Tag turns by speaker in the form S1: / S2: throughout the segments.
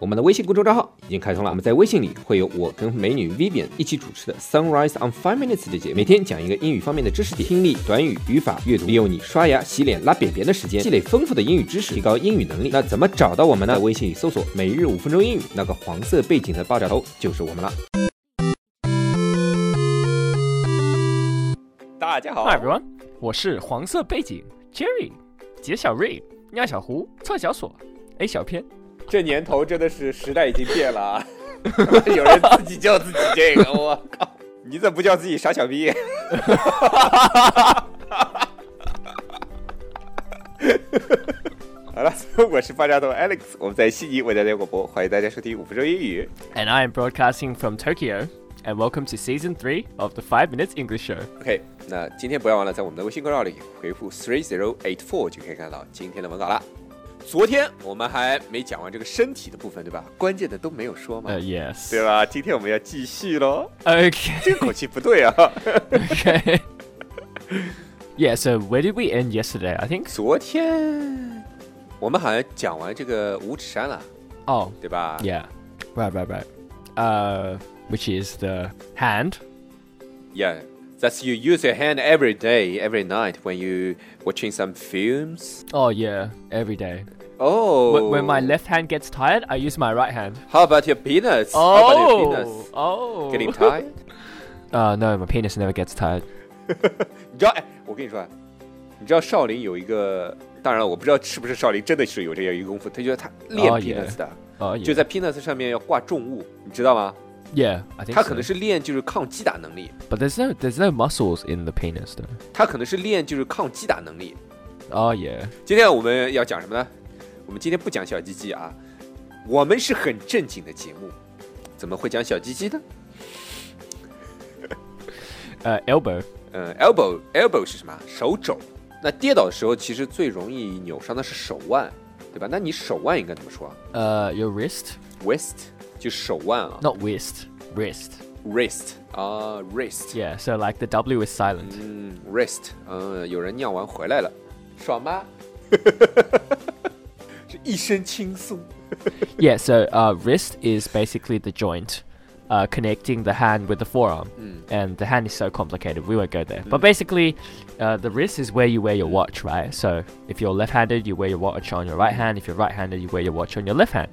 S1: 我们的微信公众账号已经开通了，我们在微信里会有我跟美女 Vivian 一起主持的 Sunrise on Five Minutes 的节目，每天讲一个英语方面的知识点，听力、短语、语法、阅读，利用你刷牙、洗脸、拉便便的时间，积累丰富的英语知识，提高英语能力。那怎么找到我们呢？在微信里搜索“每日五分钟英语”，那个黄色背景的爆炸头就是我们了。大家好
S2: Hi everyone，我是黄色背景 Jerry，杰小瑞，酿小胡，窜小锁，A 小偏。
S1: 这年头真的是时代已经变了啊！有人自己叫自己这个，我靠！你怎么不叫自己傻小逼？好了，我是爆炸头 Alex，我们在悉尼为大家广播，欢迎大家收听五分钟英语。
S2: And I am broadcasting from Tokyo. And welcome to season three of the Five Minutes English Show.
S1: OK，那今天不要忘了在我们的微信公众号里回复 three zero eight four 就可以看到今天的文稿啦。昨天我们还没讲完这个身体的部分，对吧？关键的都没有说嘛，
S2: Uh, yes.
S1: 对吧？今天我们要继续喽。
S2: Okay.
S1: 这个口气不对啊！
S2: okay. yeah. So where did we end yesterday? I think.
S1: 昨天我们好像讲完这个五指山了，
S2: Oh.
S1: 对吧
S2: Yeah. Right. Right. Right. Uh, which is the hand.
S1: Yeah, that's you use your hand every day, every night when you watching some films.
S2: Oh yeah. Every day.
S1: Oh,
S2: When, when my left hand gets tired, I use my right hand.
S1: How about your penis? How about your
S2: Oh.
S1: penis?
S2: Oh.
S1: Getting tired?
S2: Uh, no, my penis never gets tired.
S1: 你知道？哎，我跟你说啊，你知道少林有一个，当然我不知道是不是少林真的是有这样一个功夫，他就是他练
S2: Oh, yeah.
S1: penis 的
S2: Oh yeah.
S1: 就在 penis 上面要挂重物，你知道吗？
S2: Yeah, I think
S1: 他
S2: so.
S1: 可能是练就是抗击打能力，
S2: But there's no there's no muscles in the penis though.
S1: 他可能是练就是抗击打能力。
S2: Oh yeah.
S1: 今天我们要讲什么呢？我们今天不讲小鸡鸡啊，我们是很正经的节目，怎么会讲小鸡鸡呢？
S2: Uh, elbow.
S1: 嗯，elbow elbow 是什么？手肘。那跌倒的时候，其实最容易扭伤的是手腕，对吧？那你手腕应该怎么说啊
S2: Uh, your wrist.
S1: ？wrist 就手腕啊
S2: Not wrist. Wrist.
S1: ，wrist 啊，wrist，
S2: Yeah. So like the W is silent.
S1: 嗯，wrist，嗯，有人尿完回来了，爽吧？ 是一身轻松。
S2: Yeah. So uh, wrist is basically the joint. Uh, connecting the hand with the forearm, and the hand is so complicated. We won't go there. But basically, uh, the wrist is where you wear your watch, right? So if you're left-handed, you wear your watch on your right hand. If you're right-handed, you wear your watch on your left hand.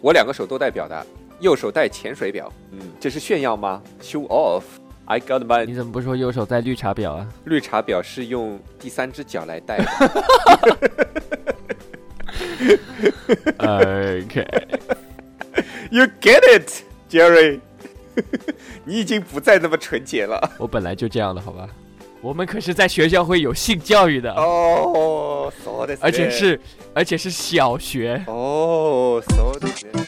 S1: 我两个手都戴表的，右手戴潜水表，嗯，这是炫耀吗？Show off。I got my
S2: 你怎么不说右手戴绿茶婊啊？
S1: 绿茶表是用第三只脚来戴的。
S2: okay.
S1: You get it, Jerry 。 你已经不再那么纯洁 了。
S2: 我本来就这样的，好吧？我们可是在学校会有性教育的，
S1: 哦、so
S2: 而且是而且是小学。
S1: 哦、so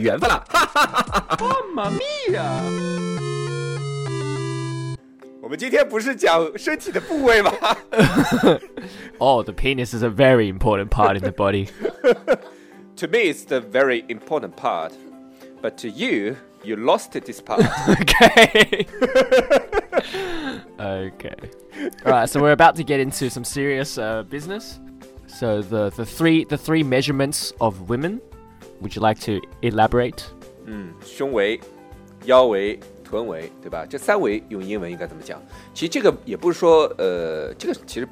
S3: 缘分啦。
S1: 我们今天不是讲身体的部位吗？
S2: Oh, the penis is a very important part in the body.
S1: To me, it's the very important part. But to you, you lost this part.
S2: Okay. okay. All right. So we're about to get into some serious uh, business. So the the three the three measurements of women. Would you like to elaborate?
S1: 胸围、腰围、臀围，对吧？这三围用英文应该怎么讲？其实这个也不是说，呃，这个其实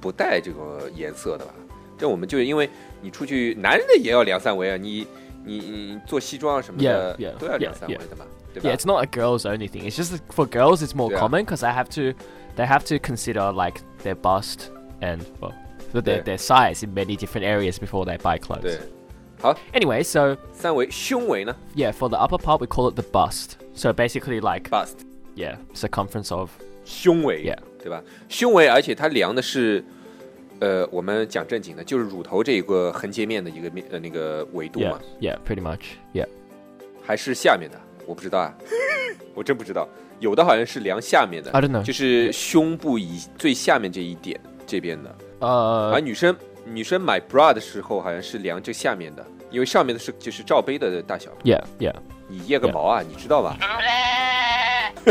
S1: 不带这个颜色的吧？这我们就是因为你出去，男人的也要量三围啊，你你你做西装啊什么的
S2: Yeah, yeah,
S1: 都要量三围
S2: yeah,
S1: 的嘛对
S2: Yeah,
S1: 吧
S2: it's not a girls only thing. It's just for girls, it's more
S1: Yeah.
S2: common 'cause common because I have to, they have to consider like their bust and well, so their
S1: Yeah.
S2: their size in many different areas before they buy
S1: 对
S2: clothes.，
S1: 好，
S2: Anyway, so
S1: 三维胸围呢
S2: yeah, for the upper part we call it the bust. So basically like
S1: ？bust
S2: yeah, circumference of
S1: 胸围
S2: Yeah
S1: 对吧？胸围，而且它量的是，呃，我们讲正经的，就是乳头这一个横截面的一个面呃那个维度
S2: yeah,
S1: 嘛，
S2: yeah, pretty much. Yeah.
S1: 还是下面的？我不知道啊，我真不知道。有的好像是量下面的
S2: I don't know.
S1: 就是胸部以最下面这一点这边的，而
S2: Uh
S1: 女生女生买 bra 的时候好像是量这下面的，因为上面的是就是罩杯的大小。
S2: yeah, yeah.
S1: 你掖个毛啊，你知道吧？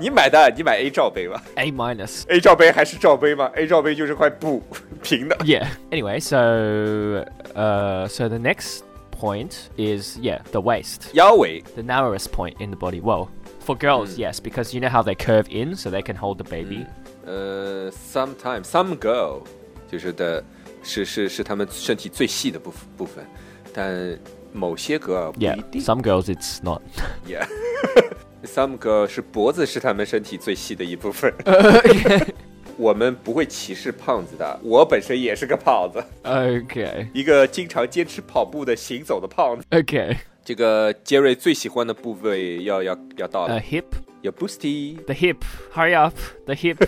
S1: 你买的，你买 A 罩杯吧
S2: A minus.
S1: ？A 罩杯还是罩杯吗？A 罩杯就是块布平的。
S2: Yeah. Anyway, so uh so the next point is yeah, the waist.
S1: 腰围
S2: The narrowest point in the body. Well, for girls, yes, because you know how they curve in so they can hold the baby.
S1: 呃，sometimes some girl 就是的，是是是他们身体最细的部分部分，但某些 girl 不
S2: Yeah.
S1: 一定。
S2: Some girls it's not.
S1: Yeah. Some girl 是脖子是他们身体最细的一部分。我们不会歧视胖子的，我本身也是个胖子，
S2: Okay.
S1: 一个经常坚持跑步的行走的胖子。
S2: Okay.
S1: 这个杰瑞最喜欢的部位要要要到
S2: A
S1: 了，
S2: hip.
S1: 有 boosty
S2: The hip. Hurry up. The hip.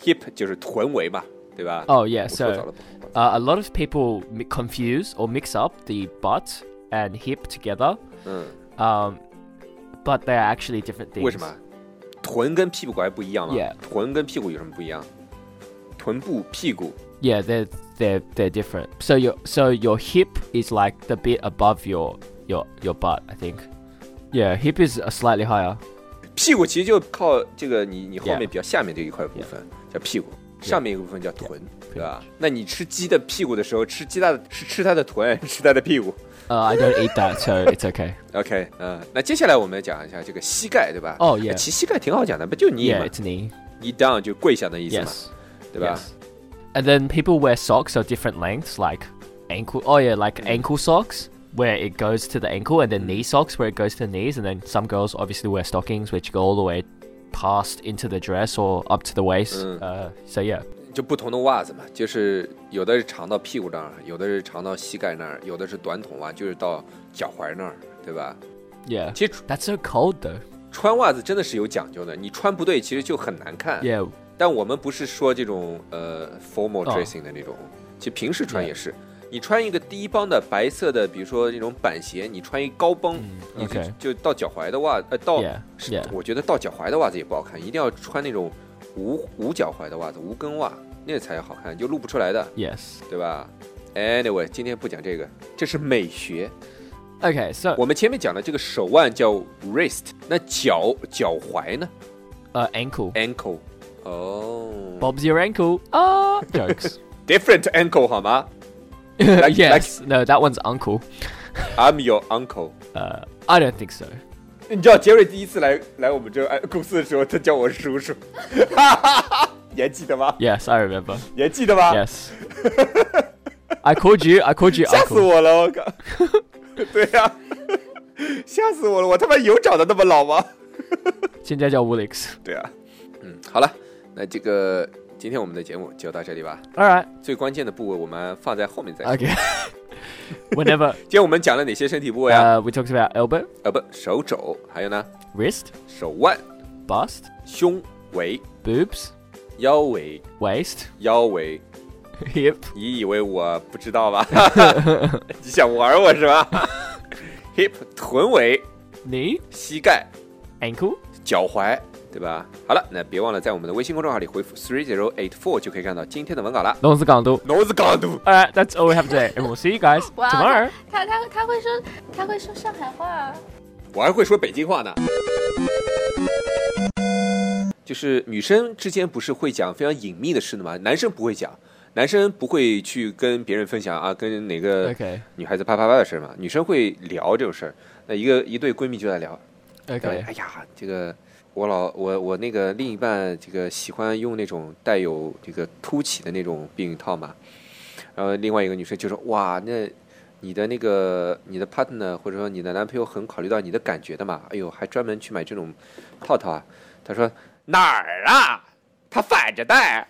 S1: hip 就是臀围嘛，对吧？
S2: Oh yeah,
S1: 我说早
S2: so
S1: 了不
S2: uh, a lot of people mi- confuse or mix up the butt and hip together,
S1: 嗯，
S2: um, but they are actually different things.
S1: 为什么？臀跟屁股还不一样吗啊
S2: Yeah
S1: 臀跟屁股有什么不一样？臀部、屁股
S2: Yeah, they're they're they're different. So your so your hip is like the bit above your your your butt, I think. Yeah, hip is uh, slightly higher.
S1: 屁股其实就靠这个你你后
S2: Yeah.
S1: 面比较下面这一块部分叫屁股，上面一个部分叫臀，对吧？那你吃鸡的屁股的时候，吃鸡它的是吃它的臀 还是吃它的屁股
S2: Uh, I don't eat that, so it's okay.
S1: ？OK，嗯、那接下来我们讲一下这个膝盖，对吧？
S2: Oh, yeah
S1: 哎其实膝盖挺好讲的，不就你
S2: Yeah,
S1: 嘛
S2: it's knee.
S1: 你 down 就跪下的意思嘛，
S2: Yes,
S1: 对吧
S2: yes. And then people wear socks of different lengths, like ankle. Oh yeah, like
S1: Mm.
S2: ankle socks where it goes to the ankle, and then knee socks where it goes to the knees. And then some girls obviously wear stockings which go all the way past into the dress or up to the waist.
S1: Mm.
S2: Uh, so yeah,
S1: 就不同的袜子嘛，就是有的是长到屁股那儿，有的是长到膝盖那儿，有的是短筒袜，就是到脚踝那儿，对吧？
S2: yeah.
S1: 其实穿
S2: That's so cold though.
S1: 穿袜子真的是有讲究的，你穿不对其实就很难看。
S2: Yeah,
S1: 但我们不是说这种呃 formal
S2: 哦
S1: dressing 的那种，其实平时穿
S2: Yeah
S1: 也是。你穿一个低帮的白色的，比如说这种板鞋，你穿一高帮，你
S2: 嗯
S1: 就
S2: OK
S1: 就到脚踝的袜，呃，到
S2: yeah,
S1: 是
S2: yeah.
S1: 我觉得到脚踝的袜子也不好看，一定要穿那种无无脚踝的袜子，无跟袜，那才好看，就露不出来的，
S2: Yes.
S1: 对吧？Anyway，今天不讲这个，这是美学。
S2: Okay, so
S1: 我们前面讲的这个手腕叫 wrist，那脚脚踝呢
S2: uh, ankle.
S1: ankle，哦、
S2: Bob's your ankle. Ah, jokes.
S1: different ankle 好吗 like-
S2: yes. No, that one's uncle.
S1: ？I'm your uncle。哎
S2: Uh, I don't think so.
S1: 你知道杰瑞第一次来来我们这个哎公司的时候，他叫我叔 叔，你还记得吗？
S2: Yes, I remember.
S1: 你还记得吗
S2: Yes. I called you. I called you
S1: 吓死
S2: uncle.
S1: 我了，我靠！对呀、吓死我了，我他妈有长得那么老吗？
S2: 现在叫 Woolix.
S1: 对啊，嗯，好了，那这个今天我们的节目就到这里吧。
S2: All right.
S1: 最关键的部位我们放在后面再说。
S2: Okay. Whenever
S1: 今天我们讲了哪些身体部位啊？
S2: uh, we talked about elbow,
S1: 呃，不，手肘，还有呢，
S2: wrist,
S1: 手腕、
S2: bust,
S1: 胸围、
S2: boobs,
S1: 腰围、
S2: waist,
S1: 腰围。
S2: hip.
S1: 你以为我不知道吧？你想玩我是吧 ？hip 臀围、
S2: Knee,
S1: 膝盖、
S2: ankle.
S1: 脚踝，对吧？好了，那别忘了在我们的微信公众号里回复 three zero eight four 就可以看到今天的文稿了。
S2: All
S1: 脑子刚度，
S2: right, that's all we have today, and we'll see you guys
S4: 哇
S2: tomorrow.
S4: 他他他会说他会说上海话、啊。
S1: 我还会说北京话呢。就是女生之间不是会讲非常隐秘的事的吗？男生不会讲，男生不会去跟别人分享啊，跟哪个
S2: Okay.
S1: 女孩子啪啪啪的事儿嘛。女生会聊这种事儿，那一个一对闺蜜就在聊，
S2: Okay.
S1: 哎呀，这个我老我我那个另一半这个喜欢用那种带有这个凸起的那种避孕套嘛，然后另外一个女生就说哇，那你的那个你的 partner 或者说你的男朋友很考虑到你的感觉的嘛，哎呦，还专门去买这种套啊套啊？她说哪儿啊？他反着戴，